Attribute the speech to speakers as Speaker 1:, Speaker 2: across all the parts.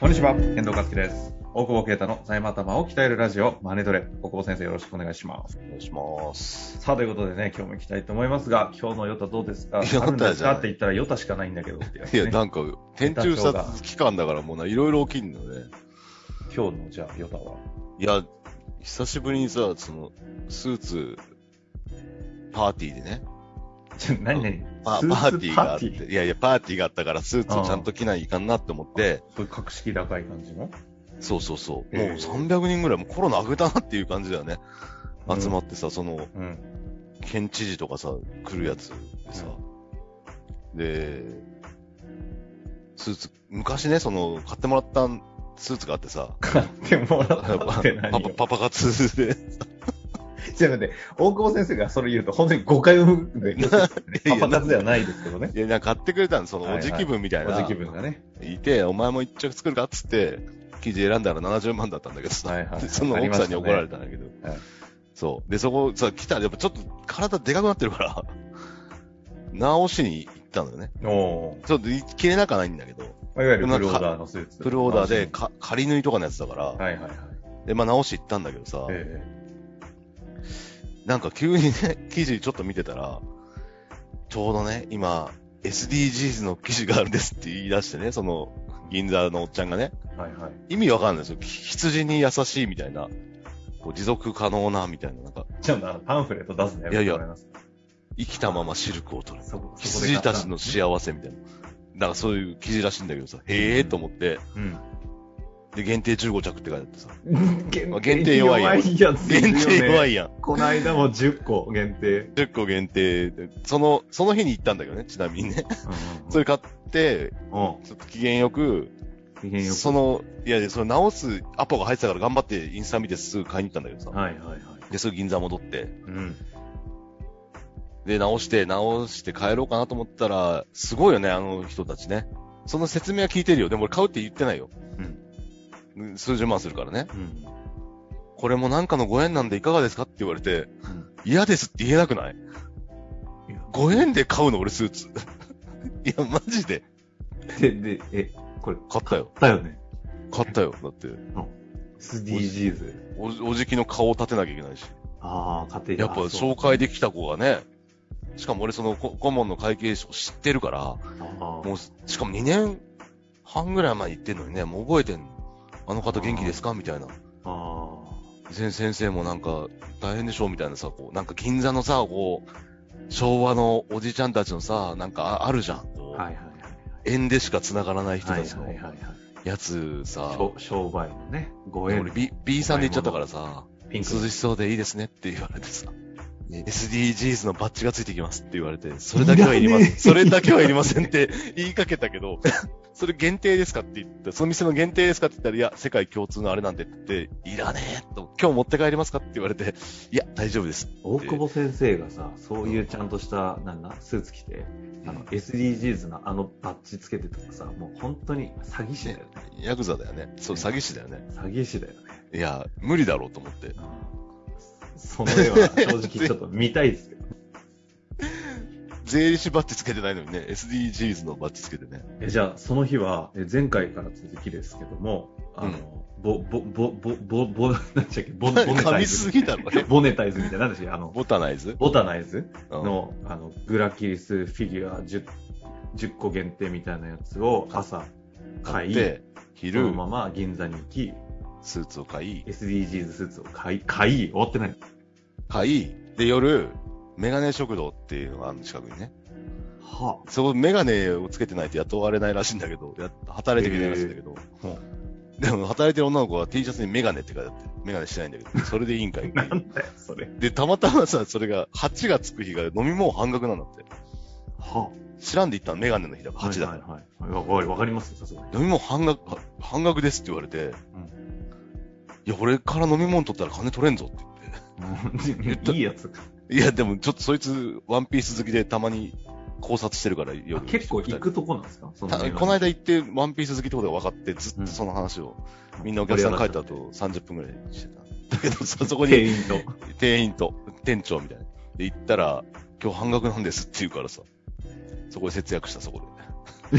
Speaker 1: こんにちは、遠藤和樹です。大久保啓太の財務頭を鍛えるラジオ、マネトレ。大久保先生よろしくお願いします。
Speaker 2: お願いします。
Speaker 1: さあ、ということでね、今日も行きたいと思いますが、今日のヨタどうですか
Speaker 2: ヨタじゃない
Speaker 1: あるんですかって言ったらヨタしかないんだけどってやつ
Speaker 2: い
Speaker 1: ね、
Speaker 2: や、なんか、天中殺期間だからもうな、いろいろ起きんのね。
Speaker 1: 今日のじゃあヨタは。
Speaker 2: いや、久しぶりにさ、その、スーツ、パーティーでね。
Speaker 1: ちょ何何
Speaker 2: パ
Speaker 1: ス
Speaker 2: パ
Speaker 1: ー
Speaker 2: ーティ
Speaker 1: ツ
Speaker 2: ー
Speaker 1: パ
Speaker 2: があ
Speaker 1: ー
Speaker 2: っ
Speaker 1: テ
Speaker 2: て。
Speaker 1: ィー
Speaker 2: いやいや、パーティーがあったから、スーツをちゃんと着ないといかんなって思って、
Speaker 1: こういう格式高い感じの
Speaker 2: そうそうそう。
Speaker 1: へ
Speaker 2: もう
Speaker 1: え
Speaker 2: 300人ぐらい、もうコロナ明けたなっていう感じだよね。
Speaker 1: うん
Speaker 2: 集まってさ、その、
Speaker 1: うん。
Speaker 2: 県知事とかさ、来るやつでさ、で、スーツ、昔ね、その、買ってもらったスーツがあってさ、
Speaker 1: 買ってもら
Speaker 2: パ
Speaker 1: ったって 何
Speaker 2: パ
Speaker 1: よ。
Speaker 2: パパ 活で、
Speaker 1: ちょっと待って、大久保先生がそれ言うと本当に誤解を生むんで、パパ活ではないですけどね。
Speaker 2: いや、なんか買ってくれたの、そ
Speaker 1: は
Speaker 2: の
Speaker 1: いは
Speaker 2: お
Speaker 1: い
Speaker 2: じき分みたいな、
Speaker 1: おじ気分がね。
Speaker 2: いて、お前も一着作るかっつって、記事選んだら70万だったんだけどさ、
Speaker 1: はいはいはい
Speaker 2: でその奥さんに怒られたんだけど、
Speaker 1: はい
Speaker 2: そう。で、そこさ、来たら、やっぱちょっと体でかくなってるから、直しに行ったんだよね。
Speaker 1: おお
Speaker 2: ちょっと着れなくはないんだけど、
Speaker 1: ー。いわゆるフルオーダーのスーツ。
Speaker 2: フルオーダーでか仮縫いとかのやつだから、
Speaker 1: はいはいはい。
Speaker 2: で、まあ直し行ったんだけどさ、
Speaker 1: ええ
Speaker 2: なんか急にね、記事ちょっと見てたら、ちょうどね、今、SDGs の記事があるんですって言い出してね、その、銀座のおっちゃんがね、
Speaker 1: はいはい。
Speaker 2: 意味わかんないですよ。き羊に優しいみたいな、こう持続可能なみたいな、なんか、
Speaker 1: ちょっとあのパンフレット出すね。
Speaker 2: いやいや
Speaker 1: ごめんなさ
Speaker 2: 生きたままシルクを取る。
Speaker 1: そこそこで
Speaker 2: 羊たちの幸せみたいな。だからそういう記事らしいんだけどさ、へえーと思って、
Speaker 1: うん。
Speaker 2: で、限定15着って書いてあってさ、
Speaker 1: 限
Speaker 2: 限定弱いや
Speaker 1: いやつですよね。
Speaker 2: 限定弱
Speaker 1: い。
Speaker 2: いやん。
Speaker 1: この間も10個限定。
Speaker 2: 10個限定で、その、その日に行ったんだけどね、ちなみにね。それ買っ
Speaker 1: うん。
Speaker 2: て、ちょっと機嫌よく、
Speaker 1: 機嫌よく。
Speaker 2: その、いやいや、それ直すアポが入ってたから頑張ってインスタ見てすぐ買いに行ったんだけどさ。
Speaker 1: はいはいはい。
Speaker 2: で、すぐ銀座戻って。
Speaker 1: うん。
Speaker 2: で、直して、直して帰ろうかなと思ったら、すごいよね、あの人たちね。その説明は聞いてるよ。でも俺買うって言ってないよ。うん。数十万するからね。
Speaker 1: うん。
Speaker 2: これもなんかのご縁なんでいかがですかって言われて、
Speaker 1: うん
Speaker 2: 嫌ですって言えなくない
Speaker 1: いや
Speaker 2: ご縁で買うの俺スーツ。 いや、マジで。
Speaker 1: で、で、え、これ、
Speaker 2: 買ったよ。
Speaker 1: だよね。
Speaker 2: 買ったよ。だって、
Speaker 1: SDGs。
Speaker 2: お、おじきの顔を立てなきゃいけないし。
Speaker 1: ああ、家
Speaker 2: や
Speaker 1: 庭
Speaker 2: っぱ紹介できた子がね、しかも俺そのこ顧問の会計士を知ってるから、
Speaker 1: あ
Speaker 2: もう、しかも2年半ぐらい前に行ってんのにね、もう覚えてんの。あの方元気ですかみたいな。
Speaker 1: あ。あ
Speaker 2: 先先生もなんか大変でしょみたいなさ、こう、なんか銀座のさ、こう、昭和のおじちゃんたちのさ、なんかああるじゃん。
Speaker 1: あ。
Speaker 2: こう
Speaker 1: はいはいはい。
Speaker 2: 縁でしか繋がらない人
Speaker 1: は
Speaker 2: た
Speaker 1: い
Speaker 2: ちの
Speaker 1: はいはい。
Speaker 2: やつさ、
Speaker 1: 商商売のね、ご
Speaker 2: 俺
Speaker 1: 縁。
Speaker 2: B, B さんで行っちゃったからさ、
Speaker 1: ピンク。
Speaker 2: 涼しそうでいいですねって言われてさ、SDGs のバッジがついてきますって言われて、それだけはいりま
Speaker 1: いらね
Speaker 2: せん。それだけはいりませんって 言いかけたけど、それ限定ですかって言ったその店の限定ですかって言ったら、いや、世界共通のあれなんでって言って、いらねえと、今日持って帰りますかって言われて、いや、大丈夫です。
Speaker 1: 大久保先生がさ、そういうちゃんとした、なんだ、スーツ着て、あの、SDGs のあのバッジつけてたらさ、もう本当に詐欺師だよね。
Speaker 2: ヤクザだよね。そう、詐欺師だよね。
Speaker 1: 詐欺師だよね。
Speaker 2: いや、無理だろうと思って。
Speaker 1: その絵は正直ちょっと見たいですけど。
Speaker 2: 税理士バッジつけてないのにね、SDGs のバッジつけてね。
Speaker 1: えじゃあ、その日は、え前回から続きですけども、あの、ぼ、ぼ、ぼ、ぼ、ぼ、ぼ、なんちゃっけ、ボボネタ
Speaker 2: 噛
Speaker 1: イ
Speaker 2: みす
Speaker 1: ズ。
Speaker 2: ぎだろ。
Speaker 1: ボネタイズみたいな、なんでしたっけあの、
Speaker 2: ボタナイズ
Speaker 1: ボタナイズ
Speaker 2: うん
Speaker 1: の、あの、グラキリスフィギュア10、10個限定みたいなやつを朝買い、
Speaker 2: で、
Speaker 1: そ
Speaker 2: 昼
Speaker 1: の、まま銀座に行き、
Speaker 2: スーツを買い、
Speaker 1: SDGs スーツを買い、買い、終わってない。
Speaker 2: 買い、で、夜、メガネ食堂っていうのがあるの近くにね。
Speaker 1: は
Speaker 2: そこメガネをつけてないと雇われないらしいんだけど、や働いてくれないらしいんだけど、
Speaker 1: あ。も
Speaker 2: でも働いてる女の子は T シャツにメガネって書いてあって、メガネしてないんだけど、それでいいんかい っ
Speaker 1: う、な
Speaker 2: て。
Speaker 1: んだよ、それ。
Speaker 2: で、たまたまさ、それが8がつく日が飲み物半額なんだって。
Speaker 1: は
Speaker 2: 知らんで行ったのメガネの日だから、8だから。
Speaker 1: はいはいはい。わかりわかりますさすがに。
Speaker 2: 飲み物半額、は半額ですって言われて、いや、俺から飲み物取ったら金取れんぞって言って。
Speaker 1: もういいやつ。
Speaker 2: いや、でもちょっとそいつ、ワンピース好きでたまに考察してるから、
Speaker 1: あ
Speaker 2: 夜。
Speaker 1: 結構行くとこなんですかそ
Speaker 2: たこの間行って、ワンピース好きってことが分かって、ずっとその話を、みんなお客さん帰った後、30分ぐらいしてた。だけど、そそ こに
Speaker 1: 店員と。
Speaker 2: 店員と店長みたいな。で、行ったら、今日半額なんですって言うからさ、そこで節約した、そこで。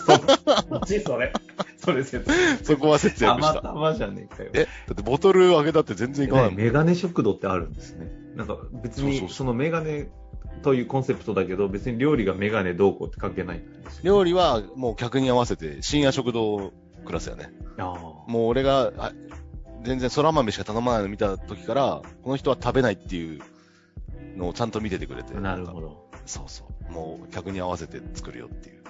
Speaker 1: そっちそれ。それ説
Speaker 2: そこは節
Speaker 1: 明。た
Speaker 2: 約
Speaker 1: ま
Speaker 2: した。
Speaker 1: た
Speaker 2: だ
Speaker 1: まじゃねえかよ。
Speaker 2: えってボトル上げたって全然いかない
Speaker 1: ね
Speaker 2: もん。
Speaker 1: メガネ食堂ってあるんですね。なんか別
Speaker 2: そうそう
Speaker 1: に
Speaker 2: そう
Speaker 1: そのメガネというコンセプトだけど、別に料理がメガネどうこうって関係ないんですよ。
Speaker 2: 料理はもう客に合わせて深夜食堂クラスやね。
Speaker 1: ああ。
Speaker 2: もう俺が、あ全然空豆しか頼まないの見た時から、この人は食べないっていうのをちゃんと見ててくれて。
Speaker 1: なるほど。
Speaker 2: そうそう。もう客に合わせて作るよっていう。
Speaker 1: へ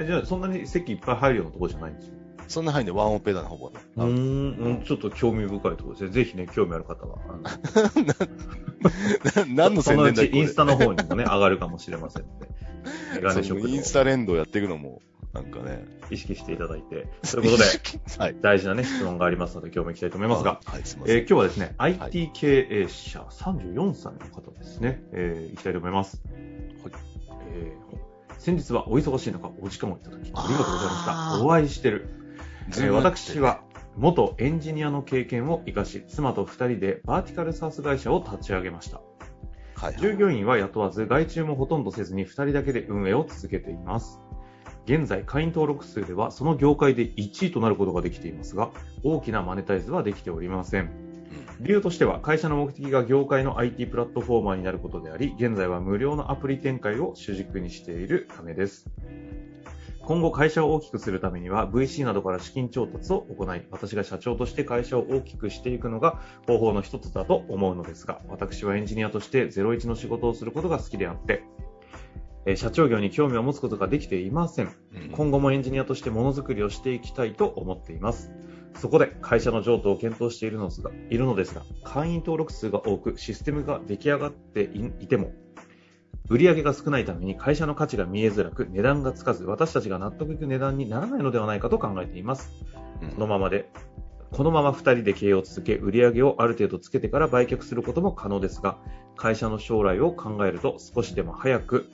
Speaker 1: え。じゃあそんなに席いっぱい入るようなとこじゃないんですよ。
Speaker 2: そんな範囲でワンオペだな、ほぼね。
Speaker 1: うーん、うんちょっと興味深いところですね。ぜひね、興味ある方は。あの
Speaker 2: 何の
Speaker 1: そ
Speaker 2: 宣伝だ
Speaker 1: の
Speaker 2: っ
Speaker 1: うちインスタの方にもね、上がるかもしれませんので、メガネ食堂
Speaker 2: インスタ連動やっていくのも、なんかね。
Speaker 1: 意識していただいて。と いうことで、
Speaker 2: はい。
Speaker 1: 大事なね、質問がありますので、今日も行きたいと思いますが、
Speaker 2: はい、すいま
Speaker 1: えー
Speaker 2: せん。
Speaker 1: 今日はですね、
Speaker 2: い
Speaker 1: IT 経営者34歳の方ですね、えー行きたいと思います。
Speaker 2: はい
Speaker 1: えー先日はお忙しい中、お時間をいただき、ありがとうございまし
Speaker 2: あー
Speaker 1: た。お会いしてる。えー
Speaker 2: 分
Speaker 1: 私は、元エンジニアの経験を生かし、妻と2人でバーティカルサース会社を立ち上げました。
Speaker 2: はい、
Speaker 1: 従業員は雇わず、外注もほとんどせずに2人だけで運営を続けています。現在、会員登録数ではその業界で1位となることができていますが、大きなマネタイズはできておりません。理由としては、会社の目的が業界の IT プラットフォーマーになることであり、現在は無料のアプリ展開を主軸にしているためです。今後、会社を大きくするためには、VC などから資金調達を行い、私が社長として会社を大きくしていくのが方法の一つだと思うのですが、私はエンジニアとして01の仕事をすることが好きであって、えー社長業に興味を持つことができていません。
Speaker 2: うん
Speaker 1: 今後もエンジニアとしてものづくりをしていきたいと思っています。そこで会社の譲渡を検討しているのですが、いるのですが会員登録数が多くシステムが出来上がっていいても、売上が少ないために会社の価値が見えづらく値段がつかず私たちが納得いく値段にならないのではないかと考えています。
Speaker 2: うん
Speaker 1: このままで、このまま2人で経営を続け、売り上げをある程度つけてから売却することも可能ですが、会社の将来を考えると少しでも早く、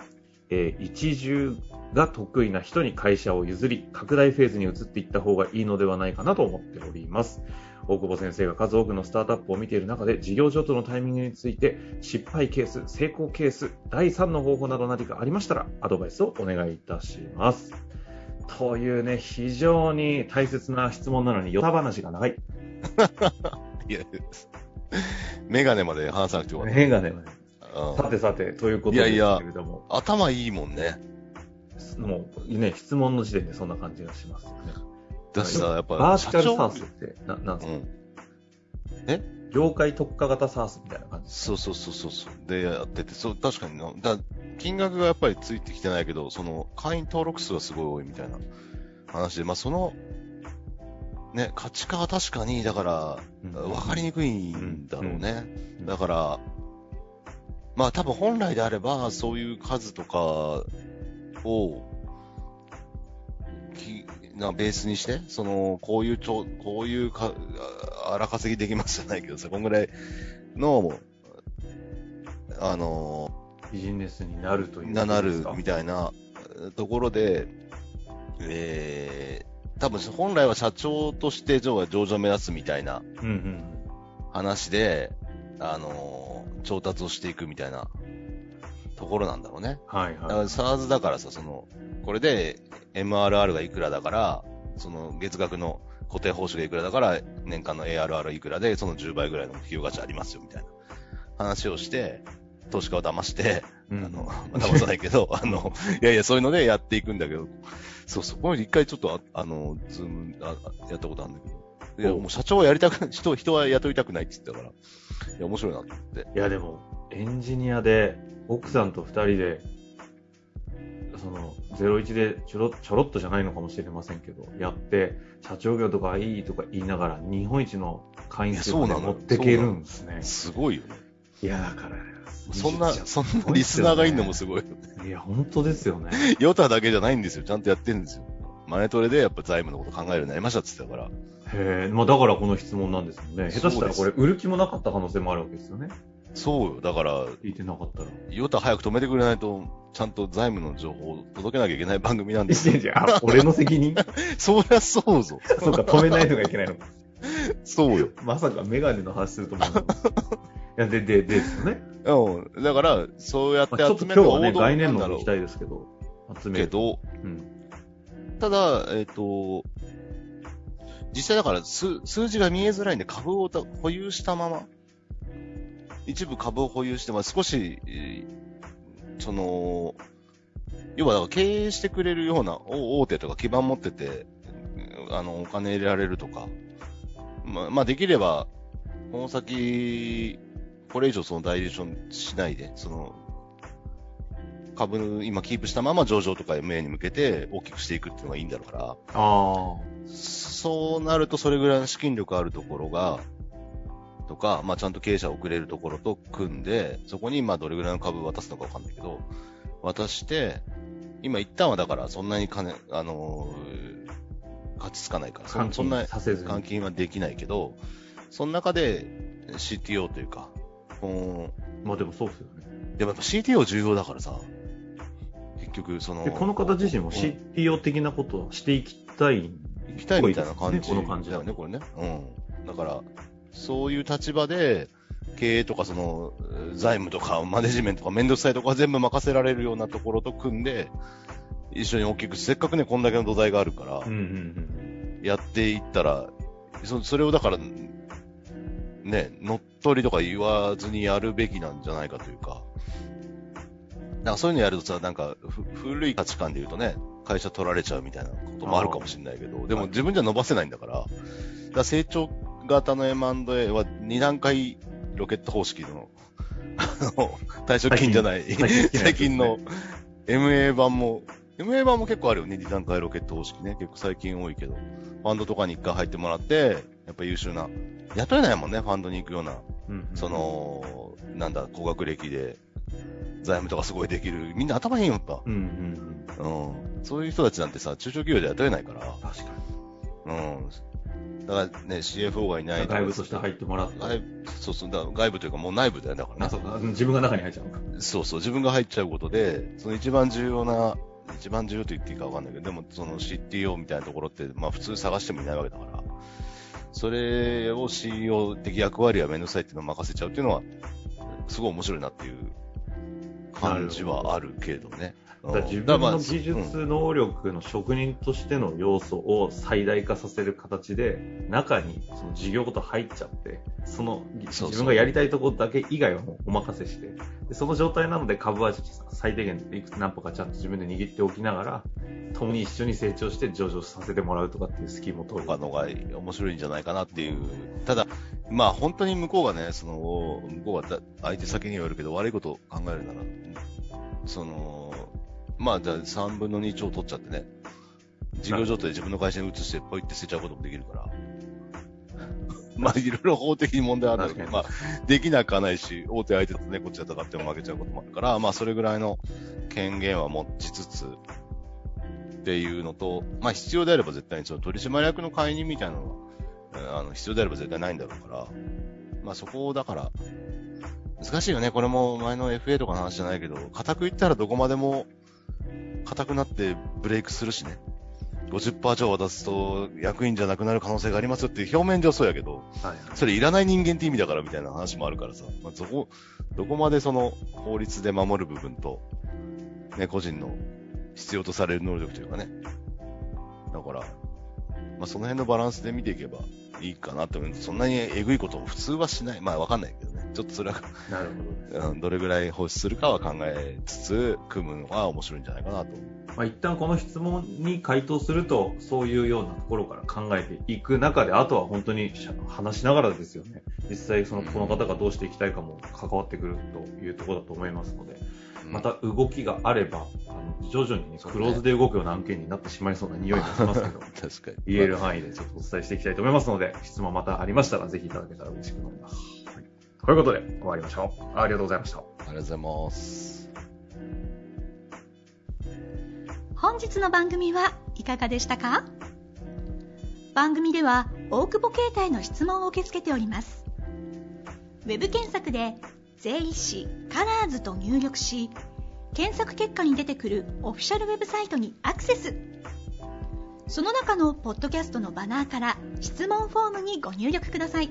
Speaker 1: えー一重が得意な人に会社を譲り、拡大フェーズに移っていった方がいいのではないかなと思っております。大久保先生が数多くのスタートアップを見ている中で、事業譲渡のタイミングについて、失敗ケース、成功ケース、第3の方法など何かありましたら、アドバイスをお願いいたします。というね、非常に大切な質問なのに、ヨタ話が長い。
Speaker 2: いや、メガネまで話さなくてよかっ
Speaker 1: 変がね。
Speaker 2: たうん
Speaker 1: さてさて、ということです
Speaker 2: いやいや
Speaker 1: けれども、
Speaker 2: 頭いいもんね。
Speaker 1: もうね、質問の時点でそんな感じがしますよね。
Speaker 2: だしさ、やっぱ、
Speaker 1: バーテ
Speaker 2: 社
Speaker 1: ィカルサ
Speaker 2: 長。
Speaker 1: ースって、ななんす
Speaker 2: う
Speaker 1: か、
Speaker 2: ん。
Speaker 1: 業界特化型サースみたいな感じ。
Speaker 2: そうそうそうそうそう。で、やってて、そう、確かにな。だ金額がやっぱりついてきてないけど、その、会員登録数がすごい多いみたいな話で、まあ、その、ね、価値化は確かに、だから、わかりにくいんだろうね。
Speaker 1: うん
Speaker 2: だから、まあ多分本来であれば、そういう数とかを、きなベースにして、その、こういうちょ、こういうか、あ荒稼ぎできますじゃないけどさ、こんぐらいの、あの、
Speaker 1: ビジネスになるということです
Speaker 2: な、
Speaker 1: か。
Speaker 2: なるみたいなえーところで、えー、多分本来は社長として上上場を目指すみたいな
Speaker 1: うんうん。
Speaker 2: 話で、あのー調達をしていくみたいなところなんだろうね。
Speaker 1: はい
Speaker 2: だか
Speaker 1: は
Speaker 2: ら SARS だからさ、その、これで MRR がいくらだから、その月額の固定報酬がいくらだから、年間の ARR いくらで、その10倍ぐらいの企業価値ありますよ、みたいな話をして、投資家を騙して、
Speaker 1: い。うん
Speaker 2: あの、 まあ騙さないけど、あの、いやいや、そういうのでやっていくんだけど、そうそう、この一回ちょっとあ、あの、ズーム、あ、あやったことあるんだけど、いや、
Speaker 1: おう
Speaker 2: もう社長はやりたく、人、人は雇いたくないって言ってたから、いや、面白いなと思って。
Speaker 1: いやでも、エンジニアで、奥さんと二人で、その、01でちょろ、ちょろっとじゃないのかもしれませんけど、やって、社長業とかいいとか言いながら、日本一の会員数を、
Speaker 2: いや
Speaker 1: ね、
Speaker 2: そうな
Speaker 1: 持
Speaker 2: の
Speaker 1: ってけるんですね。
Speaker 2: すごいよね。
Speaker 1: いや、だから、
Speaker 2: そんな、
Speaker 1: 技術
Speaker 2: そんなリスナーがいるのもすごい。
Speaker 1: 者いや、本当ですよね。
Speaker 2: ヨタだけじゃないんですよ。ちゃんとやってるんですよ。マネトレでやっぱ財務のこと考えるようになりましたって言ってたから。
Speaker 1: へえ、まあだからこの質問なんですもんね。下手したらこ
Speaker 2: そう
Speaker 1: れ、売る気もなかった可能性もあるわけですよね。
Speaker 2: そうよ。だから、
Speaker 1: 聞いてなかったら。
Speaker 2: ヨタ早く止めてくれないと、ちゃんと財務の情報を届けなきゃいけない番組な んですよ。
Speaker 1: じゃあ、俺の責任
Speaker 2: そりゃそうぞ。
Speaker 1: そうか、止めないのがいけないのか。
Speaker 2: そうよ。
Speaker 1: まさかメガネの話すると思う。い や、で、で、ですよね。
Speaker 2: うん。だから、そうやって
Speaker 1: まあ、ちょっと
Speaker 2: 集
Speaker 1: 今
Speaker 2: め
Speaker 1: 日
Speaker 2: る
Speaker 1: は
Speaker 2: 王
Speaker 1: ね、
Speaker 2: 道な
Speaker 1: 概
Speaker 2: ん
Speaker 1: 念
Speaker 2: だ
Speaker 1: 論
Speaker 2: ろ
Speaker 1: 行き
Speaker 2: う
Speaker 1: たいですけど、集め
Speaker 2: け
Speaker 1: る。
Speaker 2: ど、
Speaker 1: うん。
Speaker 2: ただ、えっ、と、実際だから数数字が見えづらいんで株をた保有したまま、一部株を保有して、まあ、少し、えーその、要はだから経営してくれるようなお大手とか基盤持ってて、うんあの、お金入れられるとか、まあ、まあ、できれば、この先、これ以上そのダイレーションしないで、その、株今キープしたまま上場とか MA に向けて大きくしていくっていうのがいいんだろうから、
Speaker 1: あ
Speaker 2: そうなると、それぐらいの資金力あるところが、とか、まあ、ちゃんと経営者を送れるところと組んで、そこに、まあ、どれぐらいの株を渡すのかわかんないけど、渡して、今一旦はだから、そんなに金、あのー勝ちつかないから、
Speaker 1: あ、
Speaker 2: そ
Speaker 1: 換
Speaker 2: んそんな
Speaker 1: 金、させず
Speaker 2: 換
Speaker 1: に。
Speaker 2: 金はできないけど、その中で CTO というか、この
Speaker 1: まあでもそうですよね。
Speaker 2: でもやっぱ CTO 重要だからさ、結局、その、
Speaker 1: で、この方自身も
Speaker 2: うん
Speaker 1: CTO 的なことはしていきたい。
Speaker 2: 行きたいみたいな感じ
Speaker 1: この感じ
Speaker 2: だよね、これね。うん。だから、そういう立場で、経営とかその、えー財務とかマネジメントとか面倒くさいとこは全部任せられるようなところと組んで、一緒に大きく、せっかくね、こんだけの土台があるから、
Speaker 1: うんうん
Speaker 2: やっていったら、そそれをだから、ね、乗っ取りとか言わずにやるべきなんじゃないかというか、なんかそういうのやるとさ、なんかふ古い価値観で言うとね、会社取られちゃうみたいなこともあるかもしれないけど、で
Speaker 1: は
Speaker 2: も
Speaker 1: い
Speaker 2: 自分じゃ伸ばせないんだから、だから成長型の M&A は2段階ロケット方式の、あの、退職金じゃない、
Speaker 1: うん。はい
Speaker 2: 最近の。MA 版も、MA 版も結構あるよね、二段階ロケット方式ね。結構最近多いけど。ファンドとかに一回入ってもらって、やっぱ優秀な、雇えないもんね、ファンドに行くような、
Speaker 1: うんうん
Speaker 2: そ、の、なんだ、高学歴で、財務とかすごいできる。みんな頭いいよ、やっぱ。
Speaker 1: うんうんうん。
Speaker 2: うん。そういう人たちなんてさ、中小企業で雇えないから。
Speaker 1: 確か
Speaker 2: うん。だからね、CFO がいない
Speaker 1: に。
Speaker 2: とか
Speaker 1: 外部として入ってもらって。
Speaker 2: 外部そうそう、だから外部というかもう内部だよ、だからね
Speaker 1: あ、。そうか。自分が中に入っちゃうのか。
Speaker 2: そうそう、自分が入っちゃうことで、その一番重要な、一番重要と言っていいかわかんないけど、でもその CTO みたいなところって、まあ普通探してもいないわけだから、それを CEO 的役割はめんどくさいっていうのを任せちゃうっていうのは、すごい面白いなっていう感じはあるけどね。
Speaker 1: だから自
Speaker 2: うん
Speaker 1: 分
Speaker 2: まあ
Speaker 1: の技術能力の職人としての要素を最大化させる形で中にその事業ごと入っちゃってその
Speaker 2: そうそう
Speaker 1: 自分がやりたいところだけ以外はもうお任せしてでその状態なので株は最低限いくつ何歩かちゃんと自分で握っておきながら共に一緒に成長して上場させてもらうとかっていうスキームを取
Speaker 2: と
Speaker 1: る
Speaker 2: かのが面白いんじゃないかなっていう。ただ、まあ本当に向こうがね、その、向こうがだ相手先にはよるけど悪いことを考えるなら、その、まあじゃあ3分の2兆取っちゃってね、事業状態で自分の会社に移してポイって捨てちゃうこともできるから。 まあいろいろ法的に問題はあるんだけど、まあ
Speaker 1: 確
Speaker 2: できなくはないし、大手相手だとね、こっちが戦っても負けちゃうこともあるから、まあそれぐらいの権限は持ちつつ、っていうのと、まあ必要であれば絶対にその取締役の解任みたいなのは、うんあの必要であれば絶対ないんだろうから、まあそこをだから、難しいよね。これも前の FA とかの話じゃないけど、固く言ったらどこまでも固くなってブレイクするしね。50%以上渡すと役員じゃなくなる可能性がありますよって表面上そうやけど、
Speaker 1: はい
Speaker 2: それいらない人間って意味だからみたいな話もあるからさ、まあ、そこ、どこまでその法律で守る部分と、ね、個人の必要とされる能力というかね。だから、まあ、その辺のバランスで見ていけばいいかなと思う。そんなにえぐいことを普通はしない。まあ、わかんないけどね。ちょっとそれは、
Speaker 1: なるほど
Speaker 2: うん、どれぐらい放出するかは考えつつ、組むのが面白いんじゃないかなと思う。
Speaker 1: まあ、一旦この質問に回答するとそういうようなところから考えていく中であとは本当にしゃ話しながらですよね実際そのこの方がどうしていきたいかも関わってくるというところだと思いますのでまた動きがあればあの徐々に、ね、
Speaker 2: そうね
Speaker 1: クローズで動くような案件になってしまいそうな匂いがしますけど
Speaker 2: 確かに。
Speaker 1: 言える範囲でちょっとお伝えしていきたいと思いますので質問またありましたらぜひいただけたら嬉しく思います。はい、ということで終わりましょう。ありがとうございました。
Speaker 2: ありがとうございます。
Speaker 3: 本日の番組はいかがでしたか番組では大久保携帯の質問を受け付けておりますウェブ検索で「税理士カラーズと入力し検索結果に出てくるオフィシャルウェブサイトにアクセスその中のポッドキャストのバナーから質問フォームにご入力ください